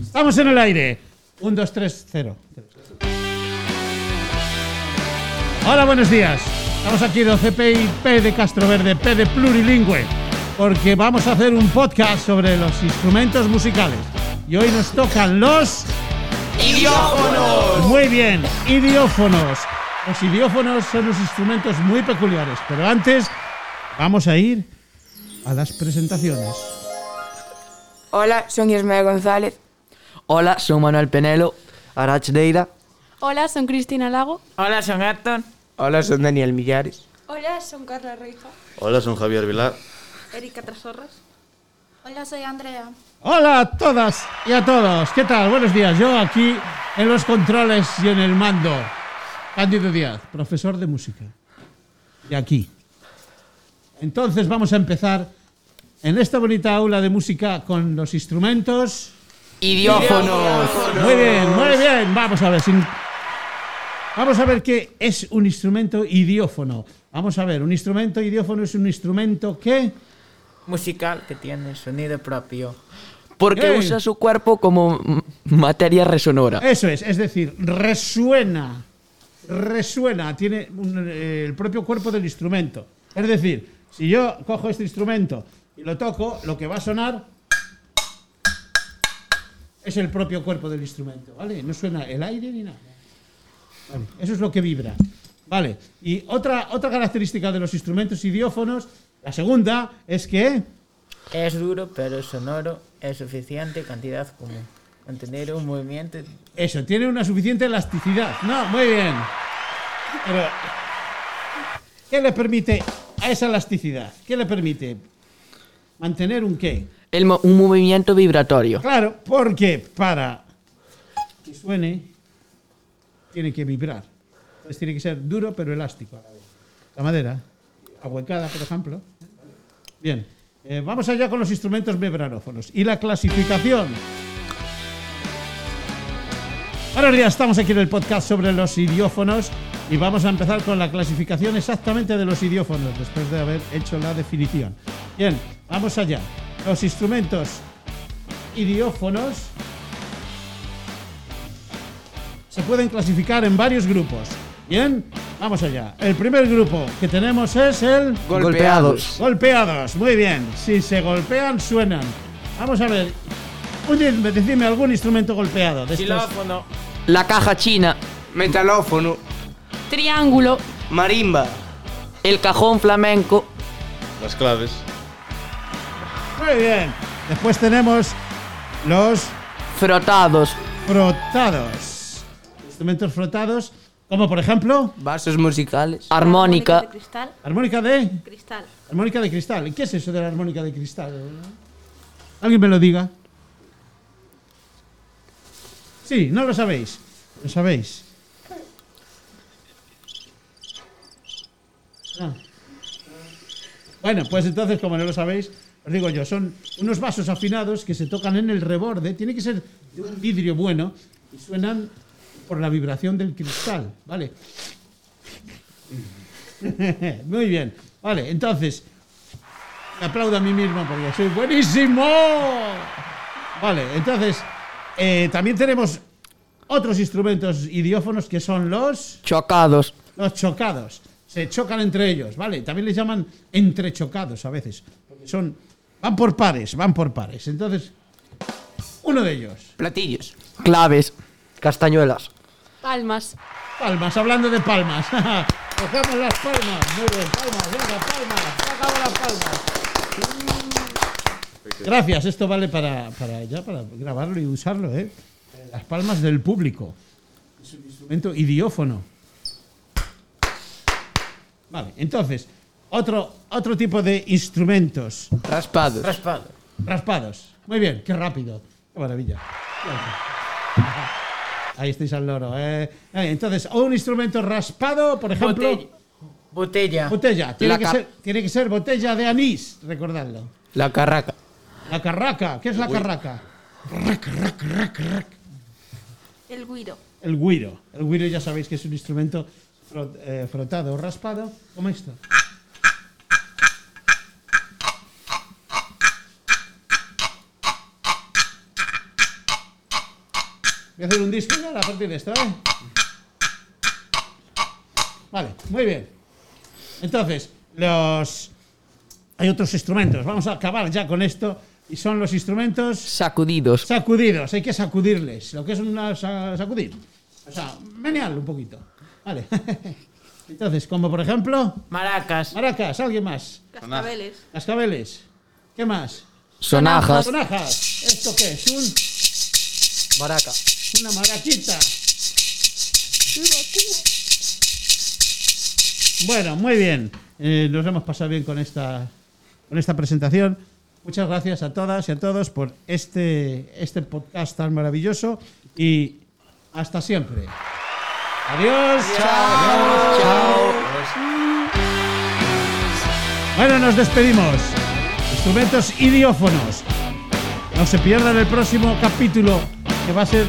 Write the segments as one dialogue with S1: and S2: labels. S1: Estamos en el aire. Un, dos, tres, cero. Hola, buenos días. Estamos aquí de CPI P de Castro Verde, P de plurilingüe, porque vamos a hacer un podcast sobre los instrumentos musicales. Y hoy nos tocan los
S2: ¡Idiófonos!
S1: Muy bien, idiófonos. Los idiófonos son unos instrumentos muy peculiares, pero antes vamos a ir a las presentaciones.
S3: Hola, son Ismael González.
S4: Hola, soy Manuel Penelo, Arach Deira.
S5: Hola, son Cristina Lago.
S6: Hola, son Arton.
S7: Hola, son Daniel Millares.
S8: Hola, son Carla Reija.
S9: Hola, son Javier Vilar.
S10: Erika Trasorras.
S11: Hola, soy Andrea.
S1: Hola a todas y a todos. ¿Qué tal? Buenos días. Yo aquí en los controles y en el mando. Cándido Díaz, profesor de música. De aquí. Entonces vamos a empezar en esta bonita aula de música con los instrumentos.
S2: Idiófonos.
S1: Muy bien, muy bien. Vamos a ver. Sin... Vamos a ver qué es un instrumento idiófono. Vamos a ver, un instrumento idiófono es un instrumento que
S6: musical que tiene sonido propio.
S4: Porque
S1: Ey.
S4: usa su cuerpo como m- materia resonora.
S1: Eso es, es decir, resuena. Resuena, tiene un, eh, el propio cuerpo del instrumento. Es decir, si yo cojo este instrumento y lo toco, lo que va a sonar es el propio cuerpo del instrumento, ¿vale? No suena el aire ni nada. Vale, eso es lo que vibra. Vale, y otra, otra característica de los instrumentos idiófonos, la segunda, es que...
S6: Es duro, pero es sonoro, es suficiente cantidad como mantener un movimiento.
S1: Eso, tiene una suficiente elasticidad. No, muy bien. Pero, ¿Qué le permite a esa elasticidad? ¿Qué le permite? Mantener un qué.
S4: El mo- un movimiento vibratorio.
S1: Claro, porque para que suene, tiene que vibrar. Entonces tiene que ser duro pero elástico. a la vez. La madera, ahuecada, por ejemplo. Bien, eh, vamos allá con los instrumentos vibrarófonos. Y la clasificación. Buenos días, estamos aquí en el podcast sobre los idiófonos y vamos a empezar con la clasificación exactamente de los idiófonos después de haber hecho la definición. Bien, vamos allá. Los instrumentos idiófonos se pueden clasificar en varios grupos. Bien, vamos allá. El primer grupo que tenemos es el
S4: Golpeados.
S1: golpeados. Muy bien, si se golpean, suenan. Vamos a ver. Decidme, decidme algún instrumento golpeado. de estos.
S6: Xilófono.
S4: La caja china,
S7: Metalófono.
S5: Triángulo.
S7: Marimba.
S4: el cajón flamenco,
S9: Las claves.
S1: Muy bien. Después tenemos los
S4: frotados,
S1: frotados. Instrumentos frotados, como por ejemplo,
S7: Vasos musicales.
S4: armónica,
S10: de cristal.
S1: armónica de
S10: Cristal.
S1: armónica de cristal. ¿Y qué es eso de la armónica de cristal? ¿Alguien me lo diga? Sí, no lo sabéis. Lo sabéis. Ah. Bueno, pues entonces, como no lo sabéis, os digo yo, son unos vasos afinados que se tocan en el reborde, tiene que ser de un vidrio bueno, y suenan por la vibración del cristal, ¿vale? Muy bien, vale, entonces, me aplaudo a mí mismo porque soy buenísimo. Vale, entonces, eh, también tenemos otros instrumentos idiófonos que son los...
S4: chocados,
S1: Los chocados. Se chocan entre ellos, ¿vale? También les llaman entrechocados a veces. Porque son. Van por pares, van por pares. Entonces, uno de ellos.
S7: Platillos.
S4: claves, castañuelas.
S5: Palmas.
S1: Palmas, hablando de palmas. Cogemos las palmas. Muy bien, palmas, venga, palmas. Se acabó las palmas. Gracias, esto vale para, para ya, para grabarlo y usarlo, ¿eh? Las palmas del público. Es un instrumento idiófono. Vale, entonces, otro, otro tipo de instrumentos.
S7: Raspados.
S6: Raspado.
S1: Raspados. Muy bien, qué rápido. Qué maravilla. Ahí estáis al loro. ¿eh? Eh, Entonces, o un instrumento raspado, por ejemplo, botella.
S6: Botella. Botella.
S1: Tiene,
S4: La
S1: que
S4: ca-
S1: ser, tiene que ser botella de anís, recordadlo.
S7: La carraca.
S1: La carraca. ¿Qué es la carraca?
S10: El guiro.
S1: El guiro. El guiro ya sabéis que es un instrumento frot- eh, frotado o raspado, como esto. Voy a hacer un disco ya a partir de esta, ¿vale? Vale, muy bien. Entonces, los. Hay otros instrumentos. Vamos a acabar ya con esto. Y son los instrumentos
S7: Sacudidos.
S1: sacudidos. Hay que sacudirles. Lo que es una sa- sacudir. O sea, menearlo un poquito. Vale. Entonces, como por ejemplo.
S6: Maracas.
S1: Maracas, alguien más.
S10: Cascabeles.
S1: Cascabeles. ¿Qué más?
S7: Sonajas.
S1: Sonajas. ¿Esto qué es? Un.
S4: Maraca.
S1: Una maraquita. Bueno, muy bien. Eh, nos hemos pasado bien con esta, con esta presentación. Muchas gracias a todas y a todos por este, este podcast tan maravilloso y hasta siempre. Adiós. Chao. Bueno, nos despedimos. Instrumentos idiófonos. No se pierdan el próximo capítulo, que va a ser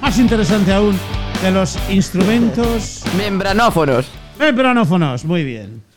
S1: más interesante aún, de los instrumentos
S7: Membranófonos.
S1: membranófonos. Muy bien.